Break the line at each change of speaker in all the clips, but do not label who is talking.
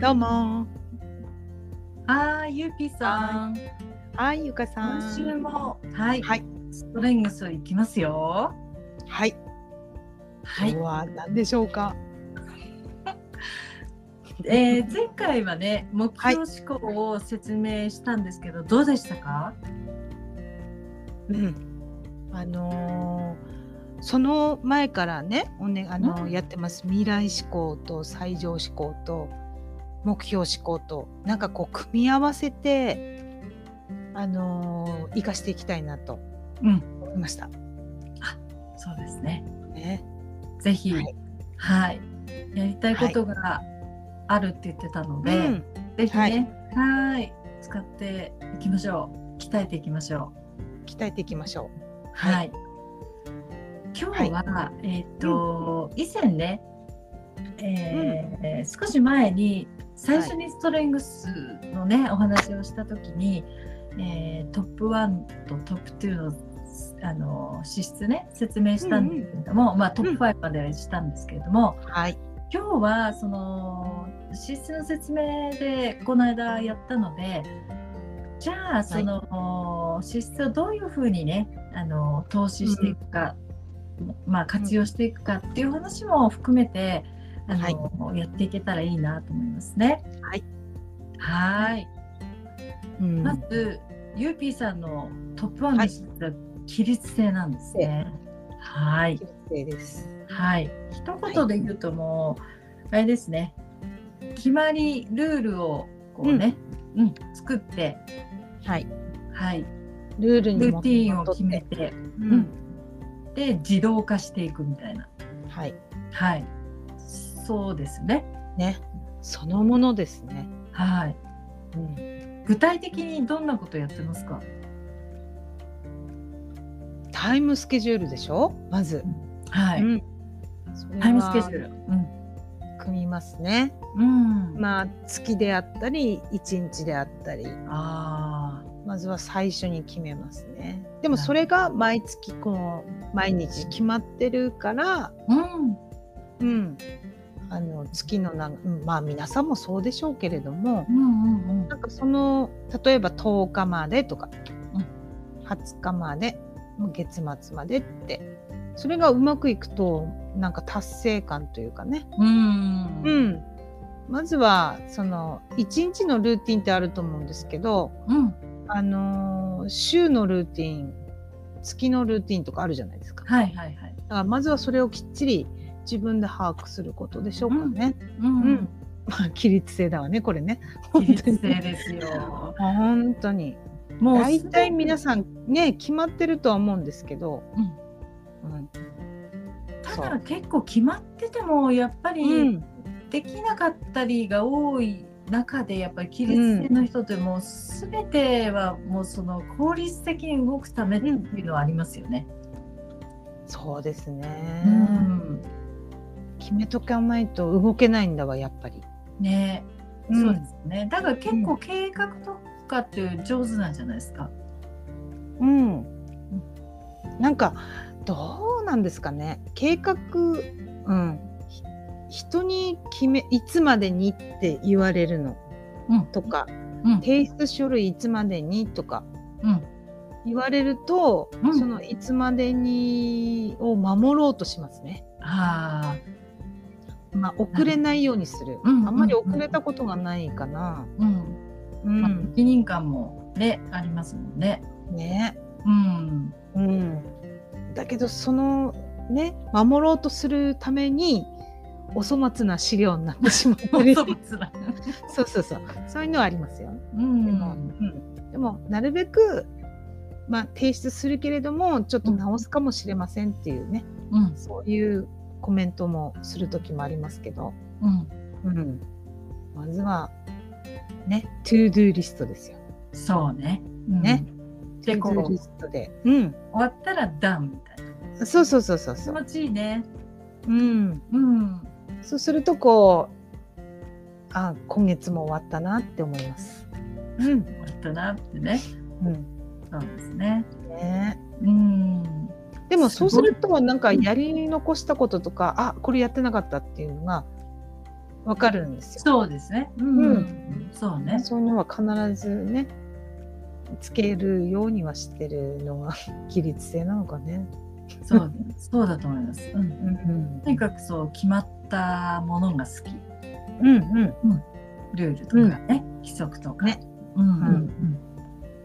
どうも。
あー、ゆうぴさん。
はい、ゆかさ
今週
ん。
も、はい、
はい
ストレングスいきますよ。
はい、
は
今日
い。
は何でしょうか。
えー、前回はね、目
はい
標思考を説明したんですけど、どうでしたか
うん。あのーその前からね、おね、あのー
うん
やってます。未来志向と最上志向と目標志向と、なんかこう組み合わせて。あのー生かしていきたいなと
うん、
思いました。
そうですね。
ね。
ぜひ、は
はいい、
やりたいことがあるって言ってたので、
うん。
ぜひ
は
ね、はーい、使っていきましょう。鍛えていきましょ
鍛えていきましょう。
う。
はい
はい。今日は、えっ、と、以前ね、えー少し前に最初にストレングスのね、お話をした時に、えートップ1とトップ2のあの資質ね説明したんですけれども、まあ、トップ5までしたんですけれども、
はい。
今日はその資質の説明でこの間やったのでじゃあその、資質をどういうふうにねあの投資していくか、まあ、活用していくかっていう話も含めてあの、やっていけたらいいなと思いますね。
はい
はーい
うん
まずゆうぴーさんのトップ1の資質は起立性なんですね。はい
綺麗です。
はい、一言で言うともう、あれですね決まりルールをこうね、うん作って、
はい。
はい、
ルールに
ルー
も
ティーンを決め。て、
うん。
で自動化していくみたいな、
はい。
はい、そうですね、
ね。そのものですね。
はい、
うん。
具体的にどんなことやってますか、
タイムスケジュールでしょまず。
はい
うん。それは
タイムスケジュール、
組みますね。
うんうん
まあ、月であったり、一日であったり、
あ
まずは最初に決めますね。でも、それが毎月、この毎日決まってるから。
ーうん
うん。あの月のな、うんまあ、皆さんもそうでしょうけれども。
うんうんうん
なんかその例えば10日までとか、
うん
20日までもう月末までってそれがうまくいくとなんか達成感というかね、
うんうん
ん、まずはその1日のルーティンってあると思うんですけど、
うん
あのー週のルーティン月のルーティンとかあるじゃないですかだか
はいはいはい
らまずはそれをきっちり自分で把握することでしょうかね、
うん、
うん まあ規律性だわねこれね
うん、起
本当
立
に
性ですよ
本当に
もう
大体皆
ん
さんね決まってるとは思うんですけど、うん
ただ結構決まっててもやっぱ
う
り
ん
できなかったりが多い中でやっぱり起立性の人ってもう全てはもうその効率的に動くためっていうのはありますよね。
そうですね
う、ん
決めとかないと動けないんだわやっぱり、
ね、
うん
そうですねだから結構計画とかって上手なんじゃないですか。
うん、なんかどうなんですかね計画うんひ人に決めいつまでにって言われるの
うん
とか、
うん
提出書類いつまでにとか
うん
言われると、
うん
そのいつまでにを守ろうとしますね。
あー
まあ、遅れないようにする、
うん
あんまり遅れたことがないかな、
うん
う
まあ責任感もねありますもんね。
ね
うん
うん、だけどそのね守ろうとするためにお粗末な資料になってしまったり
そうですね
そうそうそうそういうのはありますよ、
う
でも
ん
うんでもなるべく、まあ、提出するけれどもちょっと直すかもしれませんっていうね、
うん
そういうコメントもする時もありますけど、
うん
うん、まずはねトゥードゥーリストですよ
そうね。
ね
うん。
で
で、こう、
リ
終
ストで。うん。
わったらダンみたいな。
そうそうそうそう
気
そう。
持ちいいね。
うん。
うん。
そうするとこう、あ、今月も終わったなって思います。うん。
終わったなってね。
うん。
そうですね。
ね。
うん。
でも
す
そ
ごいう
するとなんかやり残したこととか、あ、これやってなかったっていうのがわかるんですよ。
そうですね。うん
う
そうね。
そういうのは必ずねつけるようには してるのが規律性なのかね。
そう、そうだと思います。うん
うんうん
とにかくそう決まったものが好き。
うんうん
ルールとかね、規則とか。
ね
うんうん
う
うん。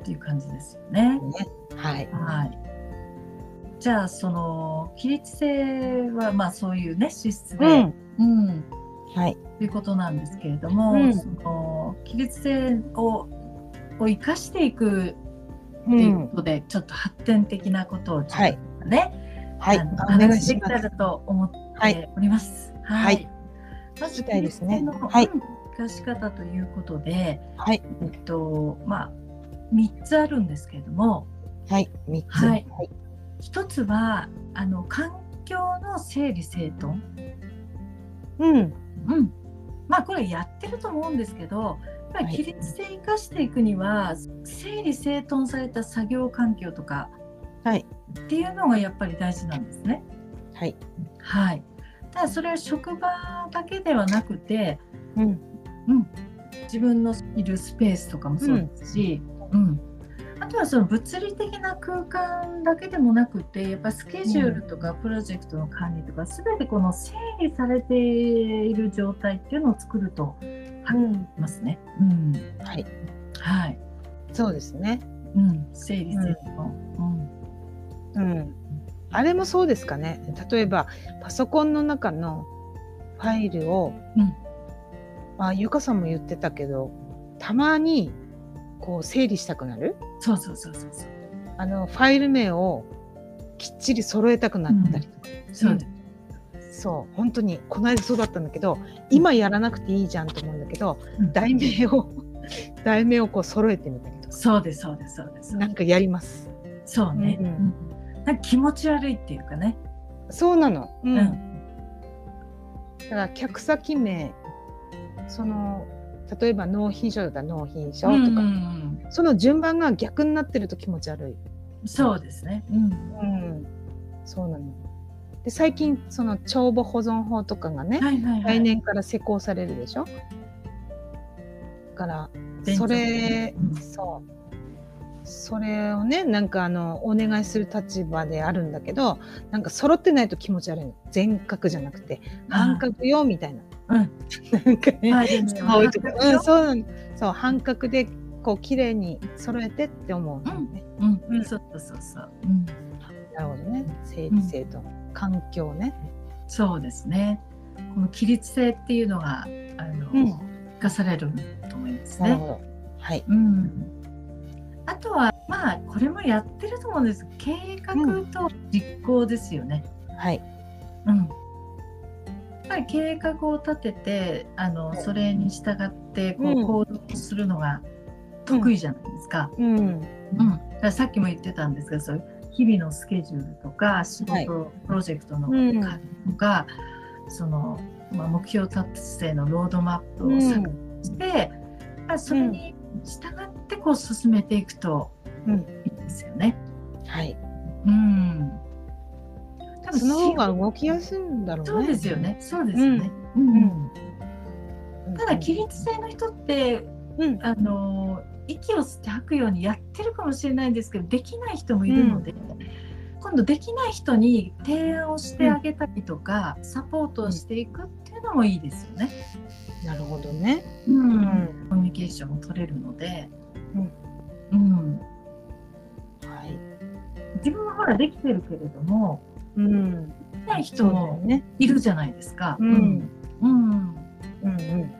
っていう感じですよね。
はい。
はい。じゃあその規律性はまあそういうね資質
う
で、
ん
うん、
はい。
ということなんですけれども、
うん
その規律性をを生かしていく
う
っていうこ
ん
とで、ちょっと発展的なことをちょ
は
っ
い
とね、
はい
あの
お
お
願
話
い
し
し
でき
ま
た
す。
らと思っております。
はいはい。
ま
聞
ず
きたいですね
規律性の
はい
うん生かし方ということで、
はい
えっとまあ三つあるんですけれども、
はい三つ。
は
はいい
一つはあの環境の整理整頓。
うん
うん、まあこれやってると思うんですけどやっぱり
はい
規律性生かしていくには、整理整頓された作業環境とか
はい
っていうのがやっぱり大事なんですね。
はい
はい、ただそれは職場だけではなくて
うん
自分のいるスペースとかもそうですし、うんあとはその物理的な空間だけでもなくてやっぱスケジュールとかプロジェクトの管理とか、全てこの整理されている状態っていうのを作ると
うん
いますね。うん、
はい
はい、
そうですね。
うん、整理整頓、うん
うんあれもそうですかね。例えばパソコンの中のファイルを、
うん
あゆかさんも言ってたけどたまにこう整理したくなる
そうそうそうそうそう。
あのファイル名をきっちり揃えたくなったりとか、
そうです。
そう本当にこの間そうだったんだけど今やらなくていいじゃんと思うんだけど
うん
題名を題名をこう揃えてみたりとか
そうですそうですそうです。
なんかやります。
そうね、
うん
うんなんか気持ち悪いっていうかね。
そうなの、う
うん
だから客先名その例えば納品書だったら納品書とか、
うんうんうん
その順番が逆になってると気持ち悪い。
そうですね。うん。
うん、そうなので最近その帳簿保存法とかがね、
はいはいはい。
来年から施行されるでしょだから
勉強
それ、
うん
そうそれをねなんかあのお願いする立場であるんだけどなんか揃ってないと気持ち悪いの全角じゃなくて半角よみたいな。
うん
なんかね、
はい
人が多いとかうん、
そ
そうなのそう半角でこう綺麗に揃えてって思うのね、
う。うん、そうそうそうそう。うん。
なるほどね整理整頓、環境ね
そうですね。この規律性っていうのが、あの、
うん
生かされると思います
なる
ね。
ほど、はい
うん、あとはまあこれもやってると思うんですけど計画と実行ですよね。
はい
うんやっぱり計画を立ててあのそれに従ってこ
う
うん行動するのが得意じゃないですか。
うん
うんだからさっきも言ってたんですがそういう日々のスケジュールとか仕事、
はい
プロジェクトの
うん
管理とか、その、まあ、目標達成のロードマップ
う
を作
ん
して、まあ、それに従ってこう進めていくと
うん
いいですよね。
はい
うん。多
その方が動きやすいんだろうね
そうですよね。そうですよね。うん
うん
ただ規律性の人って
うん
あの息を吸って吐くようにやってるかもしれないんですけどできない人もいるので、今度できない人に提案をしてあげたりとか、サポートをしていくっていうのもいいですよね。
なるほどね
う
うん
コミュニケーションも取れるので、うん
はい
自分はほらできてるけれども
うん
できない人
そうだよ
も
ね
いるじゃないですか。
うん
うん
うんうん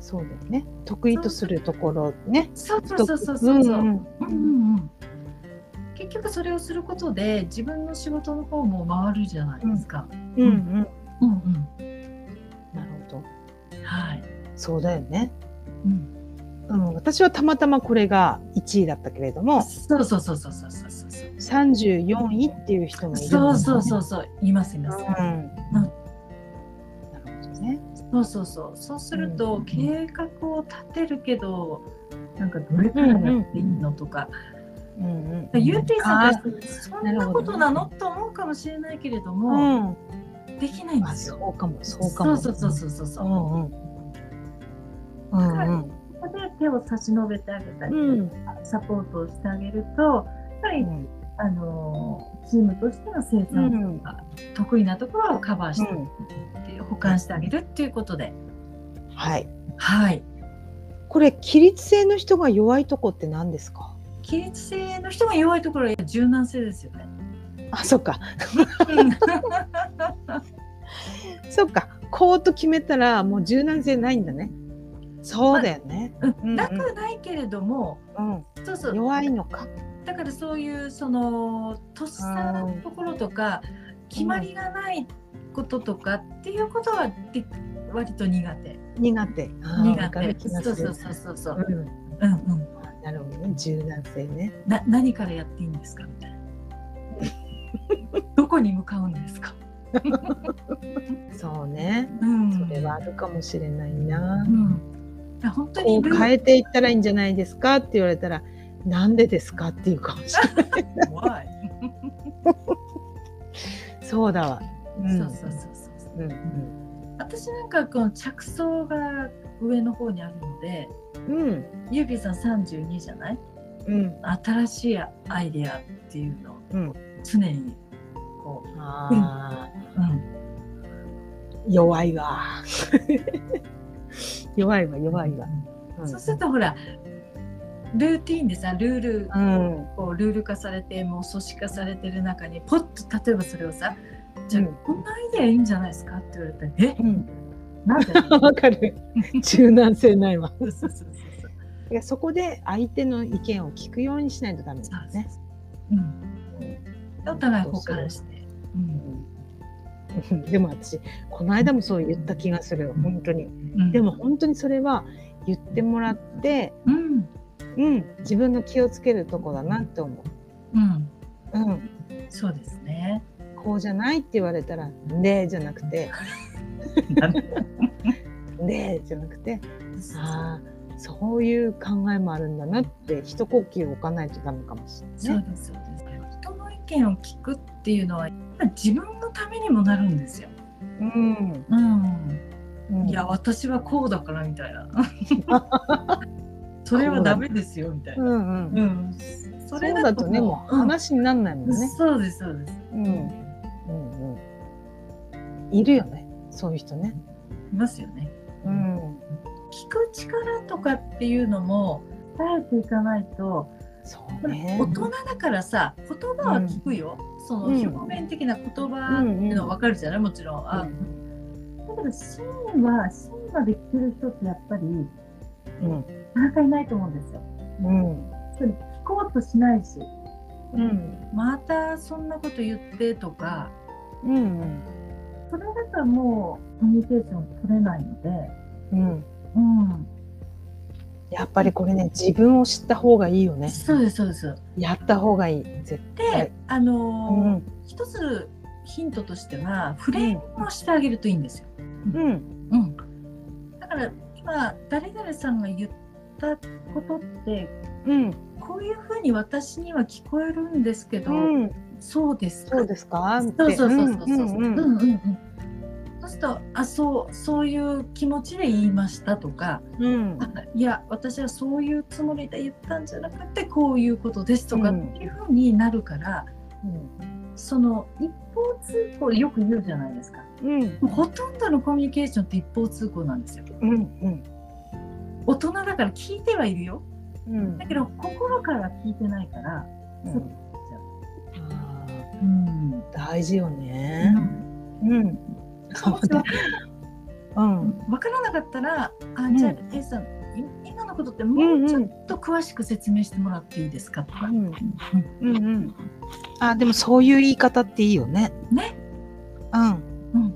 そうだよね得意とするところね
そうそうそうそうそうそう。
ん
うんうんうん結局それをすることで自分の仕事の方も回るじゃないですか。
うんうんうん
うんうん
なるほど
はい。
そうだよね
うん、
うん、私はたまたまこれが1位だったけれども
そうそうそうそうそうそうそうそう。
34位っていう人もいる
そ
もん
う
ね
そうそうそう。いますいます。
うん、なるほどね
そうそうそう。そうすると
うん
計画を立てるけど、なんかどれくらいやっていいのとか、
うんうん
ユーティーさん
あ
からするとそんなことなのと思うかもしれないけれど
う
も、
ん
できないん
あ
ですよ。
そうかもそうか
そ
も
うそうそうそうそうそう
んうんう
う。
んうん
そこで手を差し伸べてあげたり、
うん
サポートをしてあげるとやっぱり、
うん
あのチームとしての生産が得意なところをカバーして、保管してあげるっていうことで、
はい
はい
これ起立性の人が弱いとこって何ですか
起立性の人が弱いところは柔軟性ですよね。
あそっかそっかこうと決めたらもう柔軟性ないんだねそうだよね、
うん なくはないけれども、
うん、
そうそう
弱いのか
だからそういうそのとっさのところとか決まりがないこととかっていうことはで割と苦手
苦手
苦手
そ
そううそ
そうう、
そうそうそうう、
うん、
うんうん、
なるほどね柔軟性ね
な何からやっていいんで すかみたいなどこに向かうんですか、
そうね
うん、
それはあるかもしれないな、
うん、だから本当
こ
に
う変えていったらいいんじゃないですかって言われたらなんでですかっていうかもしれない
怖い、
そうだわ、うん
そうそうそうそう
うんうん
私なんかこの着想が上の方にあるので
うん
ゆうぴーさん32じゃない
うん
新しいアイデアっていうのを
うん
常にこ
あー
う、うん、
弱いわ 弱いわ弱いわ、ん
そうするとほらルーティーンでさルール
うん
こうルール化されてもう組織化されてる中にポッと例えばそれをさ「じゃあ
うん
こんなアイデアいいんじゃないですか?」って言われたら「え
うん、
なん で?
わかる柔軟性ないわ」
そうそうそうそう
いやそこで相手の意見を聞くようにしないとダメ
そう
だ
そう
ね
うん、お互い保管して、うん
うんでも私この間もそう言った気がする本当に
うん
でも、本当にそれは言ってもらって
うん
うん自分の気をつけるとこだなって思
うん、
ううん
そうですね。
こうじゃないって言われたら「で」じゃなくて「で」じゃなくてああそういう考えもあるんだなって一呼吸置かないとダメかもしれ
そ
な
う
いね。
ですそうです。人の意見を聞くっていうのはやっぱり自分のためにもなるんですよ。
うん
うん。
うん
いや私はこうだからみた いな。それはダメですよみたいうな。
んうん
うん。
そ
そ
れ
れ
だとねもう
うん
話にならないもんね。
そうですそうです。
うんうんうん、いるよねそういう人ね。
いますよね。
うん、
聞く力とかっていうのも伝えていかないと、
そうね
大。人だからさ言葉は聞くよ。その
うん
表面的な言葉っていうのはわかるじゃないもちろん。あだけど芯は芯まで来てる人ってやっぱり
うん
なかなかいないと思うんですよ。
うん
聞こうとしないし
うん
またそんなこと言ってとか
うん
それだともうコミュニケーション取れないので、
うん
う
やっぱりこれね自分を知った方がいいよね
ん、そうですそうです。
やった方がいい絶
で、
はい
あ
対。
のー一つヒントとしてはフレームをしてあげるといいんですよ。
うん
うん、だから今誰々さんが言ったことって
うん
こういうふうに私には聞こえるんですけど、
うん、
そうですか
そうですかって
そうそうそうそうそう。
ん
うん
ん
うんうん。そうすると、あ、そう、そういう気持ちで言いましたとか、
うん
あいや、私はそういうつもりで言ったんじゃなくて、こういうことですとか
う
っ
ん
ていうふうになるから、
うん
その一方通行、よく言うじゃないですか。
うん
もうほとんどのコミュニケーションって一方通行なんですよ。
うん
大人だから聞いてはいるよ。
うん
だけど、心から聞いてないから、
うんあー
うん。
大事よね。うんそうねうん
分からなかったら「あ
ん
じゃあ A さんい今のことってもうちょっと詳しく説明してもらっていいですか?」とか、
うんうんうん。あ、でもそういう言い方っていいよね。
ね。
うん。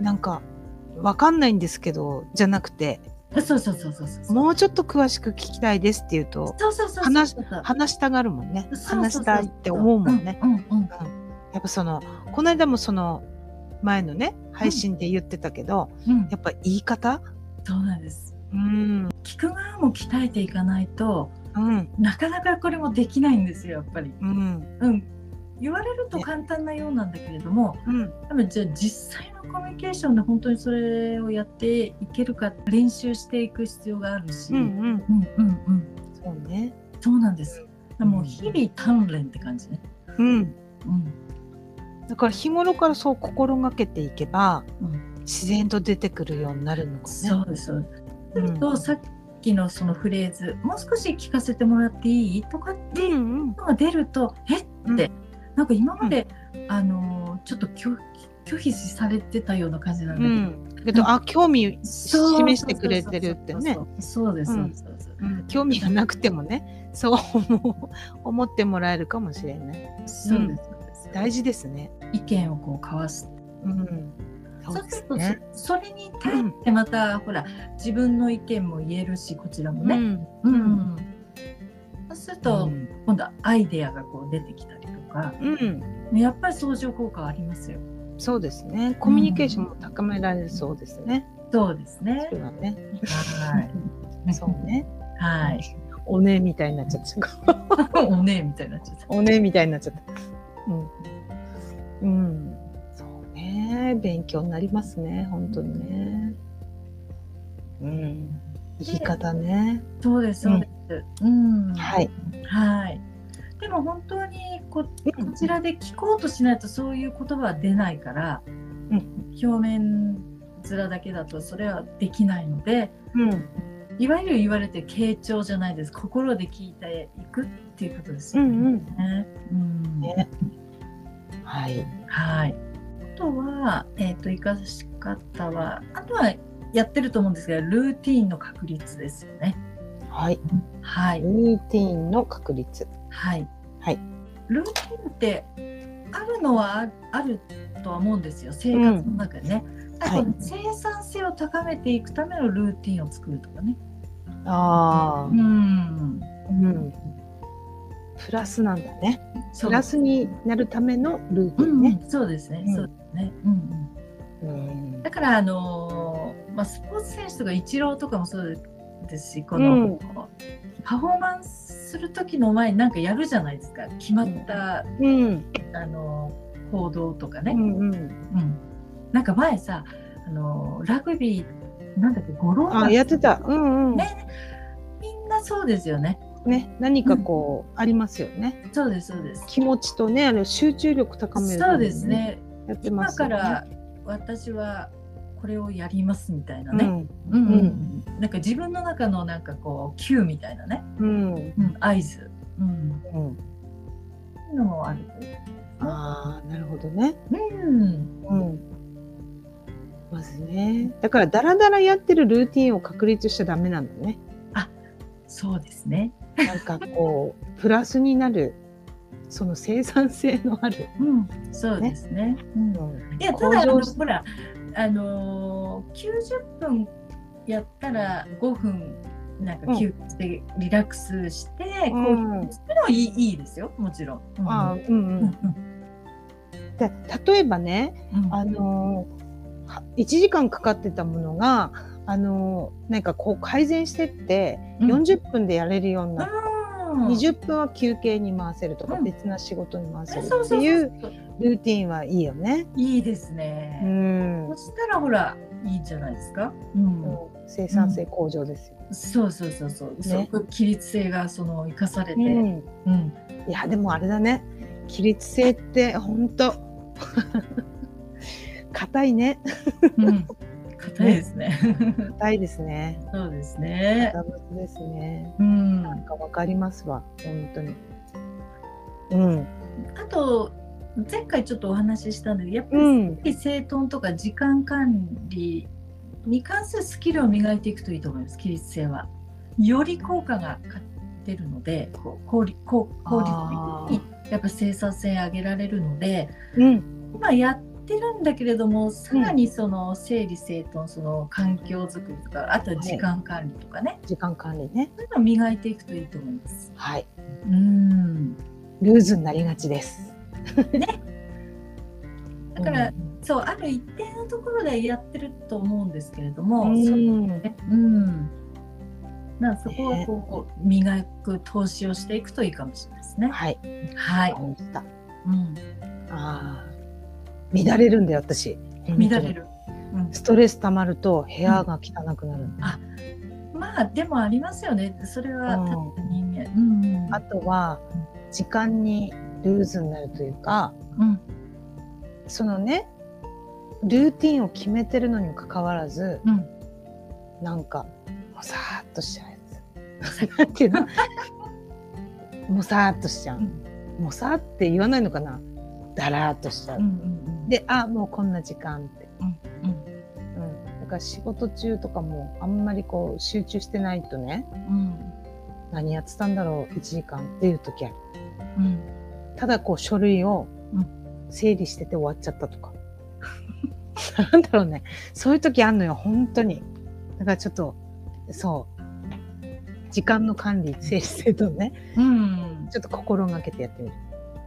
なんか、わかんないんですけど、じゃなくて、
そうそうそうそうそう
もうちょっと詳しく聞きたいですって言うと、
そうそうそう
話
そうそう
話したがるもんね。
そうそう
話
そう
したいって思うもんね。
うんうんうん
やっぱその、この間もその、前のね、配信で言ってたけど、
うん
やっぱ言い方
そうなんです
うん。
聞く側も鍛えていかないと
うん。
なかなかこれもできないんですよやっぱり
うん。
うん言われると簡単なようなんだけれども、
うん、
多分じゃあ実際のコミュニケーションで本当にそれをやっていけるか練習していく必要があるし、
うん、うん、
うんうんうん
そうね。
そうなんです。もう日々鍛錬って感じね。
うん、
うん
だから日頃からそう心がけていけば、
うん
自然と出てくるようになるのかね。
そうですそうです。す
うん
るとさっきのそのフレーズもう少し聞かせてもらっていいとかっていう
うん、うん、
のが出るとえってなんか今まで、あのーちょっと拒拒否されてたような感じなん
う
だけど。
ん。だけど、あ、興味
そう
示してくれてるってね。
そうです、
う
そうんですそうです
うん興味がなくてもね、そう思う思ってもらえるかもしれない。
そうですそうです
大事ですね。
意見をこう交わす。
うん。
そうすると、
ね。
それに対してまた、ほら自分の意見も言えるしこちらも
う
ね。
ん。
うんそうする
う
と、
ん。
今度はアイデアがこう出てきたりとか、
うん。
やっぱり相乗効果ありますよ。
そうですね。コミュニケーションも高められそうですね。
そうですね
そ。れはね。
はい。
そう。ね。
はい。
おねみたいになっちゃった。
おねえみたいになっちゃった。
おねみたいになっちゃった。うん。うん。そうね。勉強になりますね。本当にね。うん。言い方ね。
そうですそうです。うん。
はい。
はい。でも本当にここちらで聞こうとしないとそういう言葉は出ないから、
ん
表面面だけだとそれはできないので
うん。
いわゆる言われて傾聴じゃないです心で聞いていくっていうことです
う
よ
んう
ね。
ん。
うん
ねはい。
はい。あとは、えっ、と、生かし方は、あとはやってると思うんですけど、ルーティンの確率ですよね。
はい。
は
ル
い。
ーティンの確率。
はい。
はい。
ルーティンって、あるのはああるとは思うんですよ、生活の中でね。だから
はい
生産性を高めていくためのルーティンを作るとかね。
あ
う
あ。
ん。
うん。プラスなんだね。
そ
プ
う
ラスになるためのルーテ
う
ィン
ん、
ね。
うんそうですね。
うん
そうですね。うんうん。
うん
だからあのーまあ、スポーツ選手とかイチローとかもそうですしこ
う
の、
ん
パフォーマンスする時の前に何かやるじゃないですか決まった、
うん。
あのー行動とか
う
ね、
んうん。
うんなんか前さあのーラグビーなんだっけ五郎
あ、やってた。うんうん。
ねみんなそうですよね
ね、何かこう、ありますよね。
そうですそうです
気持ちとね、あれ集中力高めるた
そ
め
うで
に
す。ね
やってま
今
すよ
か
ね。
ら私はこれをやりますみたいな
う
ね、
ん。
うんうん
うん
なんか自分の中のなんかこう Q みたいなね
うん。
うん、合図、うん、
うん。
そういうのもある。
ああ、なるほどね。
うん、
うん。まずね。だから、だらだらやってるルーティンを確立しちゃダメなんだね。
そうですね。
なんかこうプラスになるその生産性のある、
うん、そうですね。うん、いや、ただ、
向
あの、
上し
ほら、あのー、九十分やったら、五分。なんか休憩してリラックスして、
うん
こうするのはいいいいですよもちろん。うん
あーうん
う
うんん、で例えばね、
うん
あのーは1時間かかってたものが、あのーなんかこう改善してって
うん
40分でやれるようになって、
うん
20分は休憩に回せるとか、
うん
別な仕事に回せる
そう
って
そう
い
そううそう
ルーティンはいいよね。
いいです
う
ね。
ん
そしたらほらいいんじゃないですか。う
うん
ん
生産性向上ですよ、
そうそうそうそう、
ね
すごく規律性がその生かされて、
ね
うん
いやでもあれだね起立性って本 当硬いね
うん硬いで すね。
硬いですね
そうですね。
硬物ですね
うん、
なん
あ
かわかりますわ本当にうん
と前回ちょっとお話ししたんだけど、やっぱ
うん
り整頓とか時間管理に関するスキルを磨いていくといいと思います。規律性はより効果が出るので、こう効率効効率的にやっぱ生産性上げられるので、
うん
今やってるんだけれどもさらにその整理整頓その環境づくりとかあとは時間管理とかね
時間管理ね
そういうのを磨いていくといいと思います。
はい
うん
ルーズになりがちです
だから、
うん
そうある一定のところでやってると思うんですけれども、
うん
そうねうん、だからそこは
ね
こう、こう磨く投資をしていくといいかもしれないですね。
はい
はい、
思った
うん、
あー乱れるんだよ私
乱れる。うん
ストレス溜まると部屋が汚くなる、
まあでもありますよね。それは
うん
ただ人間。うんうん
あとは時間にルーズになるというか
うん
そのねルーティンを決めてるのにもかかわらず
うん
なんかもさーっとしちゃうやつ なんていうのもさーっとしちゃう、もさーって言わないのかなだらーっとしちゃう、
うんうん
であもうこんな時間って、
うん
うん、だから仕事中とかもあんまりこう集中してないとね
うん
何やってたんだろう1時間っていう時ある
うん
ただこう書類を
う
整理してて終わっちゃったとか、 なんだろうねそういう時あんのよ本当にだからちょっとそう時間の管理整理整頓ね
うん。
ちょっと心がけてやってみる、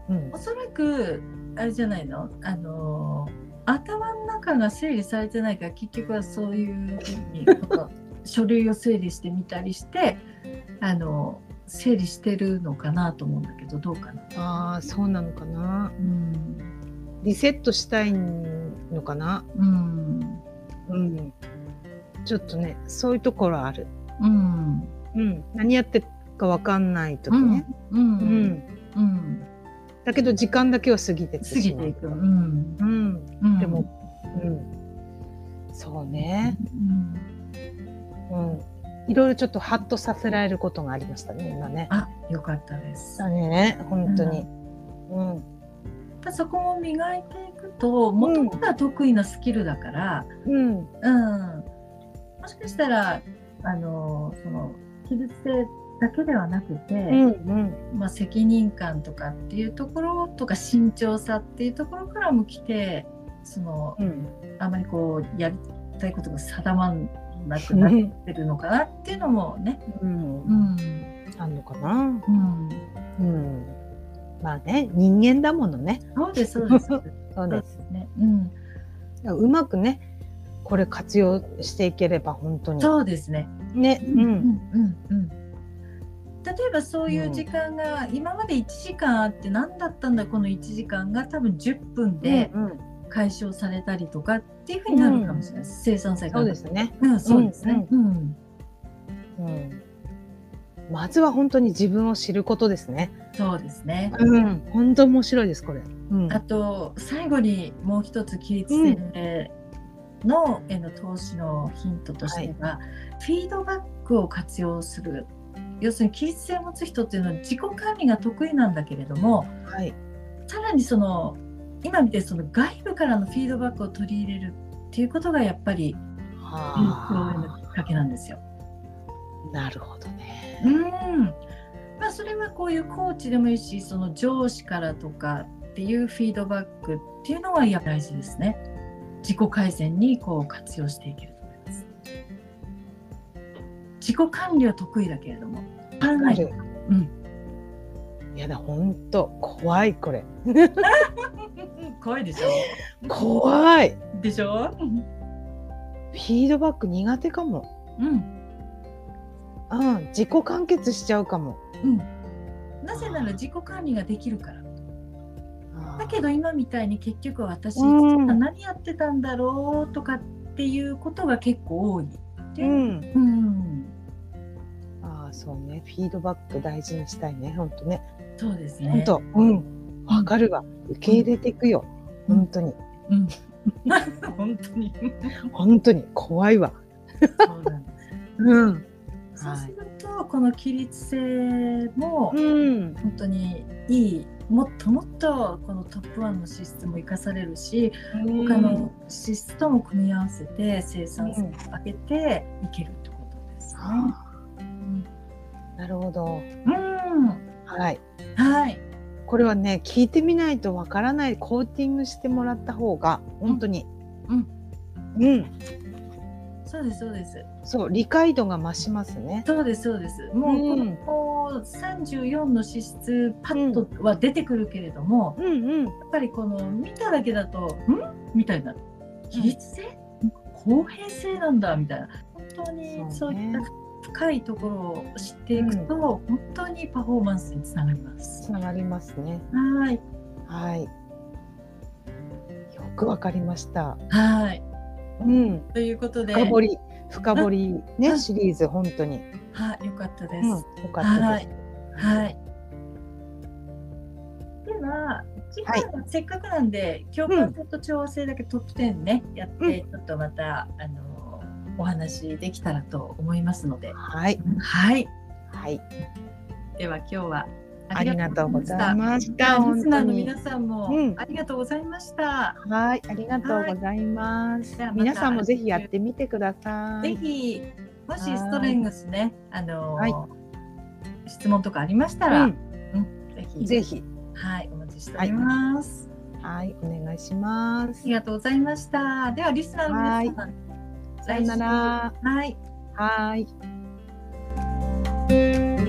うん
お、そらくあれじゃないの？あのー頭の中が整理されてないから結局はそういうふうになん か書類を整理してみたりして、あのー整理してるのかなと思うんだけどどうかな。
ああそうなのかな
うん
リセットしたいのかな
うん
うんちょっとねそういうところある、
うん
うん、何やってるか分かんない時
う
ね
ん、うん
うん
うん
だけど時間だけは過ぎてって
過ぎ
しま
ていうく。うん
うん
うん
でも、うん、そうね、
うん
うん、いろいろちょっとハッとさせられることがありましたね、今ね。
あよかったです。
だね、本当に。うん、
やっぱそこを磨いていくともともとは得意なスキルだから、
うん、
うんもしかしたらあのその規律性だけではなくて、
うん、うん、
まあ、責任感とかっていうところとか慎重さっていうところからも来てその
うん、
あまりこうやりたいことが定まんなくなってるのかなっていうのもね。
うん、
ん
あんのかな。
うん
うん、まあね、人間だものね。
そうですそうですそうです
そうです。
ね。うん、
うまくね、これ活用していければ本当に。
そうですね。
ね、
うん
う
う
ん、
んうん。例えばそういう時間が、今まで1時間あって何だったんだこの1時間が多分10分で
うん、
解消されたりとかっていうふうになるかもしれないです、生産性が
そうですね。
うんそうですねうん
うん。まずは本当に自分を知ることですね。
そうですね
うん、本当面白いですこれ。うん
あと最後にもう一つ起立性のへの投資のヒントとしては、フィードバックを活用する要するに起立性を持つ人っていうのは自己管理が得意なんだけれども、
はい。
さらにその今見てその外部からのフィードバックを取り入れるっていうことがやっぱり有効への
は
きっかけなんですよ。
あ、なるほどね。
うんまあ、それはこういうコーチでもいいしその上司からとかっていうフィードバックっていうのはやっぱり大事ですね。自己改善にこう活用していけると思います。自己管理は得意だけれども、考え
る
る。うん、
いやだ本当怖いこれ。
怖いでしょ
怖い。フ
でしょ、
ィードバック苦手かも。
うん
うん、自己完結しちゃうかも。
うん、なぜなら自己管理ができるからだけ
ど、
ど今みたいに結局私
うん
何やってたんだろうとかっていうことが結構多いって
う
いう、
ん、
うん
ああそうね。フィードバック大事にしたいね。本当ね。
そうですね
本当、うん、わかるわ。受け入れていくよ。
うん
本当に、
本当に
本当に怖いわ。
そうなんです
うん、
そうするとこの起立性も
うん、
本当にいいもっともっとこのトップ1の資質も生かされるし他の資質とも組み合わせて生産性を上げていけるってことですね。
あ
うん
ー。なるほど。
うん、
はい。
はい、
これはね聞いてみないとわからないコーティングしてもらった方が本当に
うん
うん、
そうですそうです。
そう理解度が増しますね
そうですそうです。もうこ
うん
のこう34の資質パッとは出てくるけれども、
うんうん
やっぱりこの見ただけだと、んみたいな。比率性、公平性なんだみたいな。本当に
そ
そううい
ね
った深いところを知っていくと、本当にパフォーマンスにつながります。
つながりますね
はい。
はい。よくわかりました。
はい。
うん。
ということで、
深掘
は
り、深掘り
う
ね、
ん
シリーズ本当に。
い、よかったで
うん。
す
よ。かったです。
はい。では、次回はせっかくなんで、共感性と調和性だけトップ10ね、やって、ちょっとまた、あの、お話できたらと思いますので。
はい。
はい。
はい。
では、今日は
ありがとうござい
し
まし
リ
た。本
スナ
当
ーの
に。
皆さんも
うん
ありがとうございました。
はい、ありがとうございます
じゃあ。また
皆さんもぜひやってみてください
ぜ。ひ、もし
はい
ストレングスね、あの、
はい
質問とかありましたら、
う
ぜ
ん、
ひ、
ぜひ、
はい、お待ちしております。
はい、お願いします
あり。がとうございました。ではリスナーの皆さん、
さよなら。
来週はい。
はい。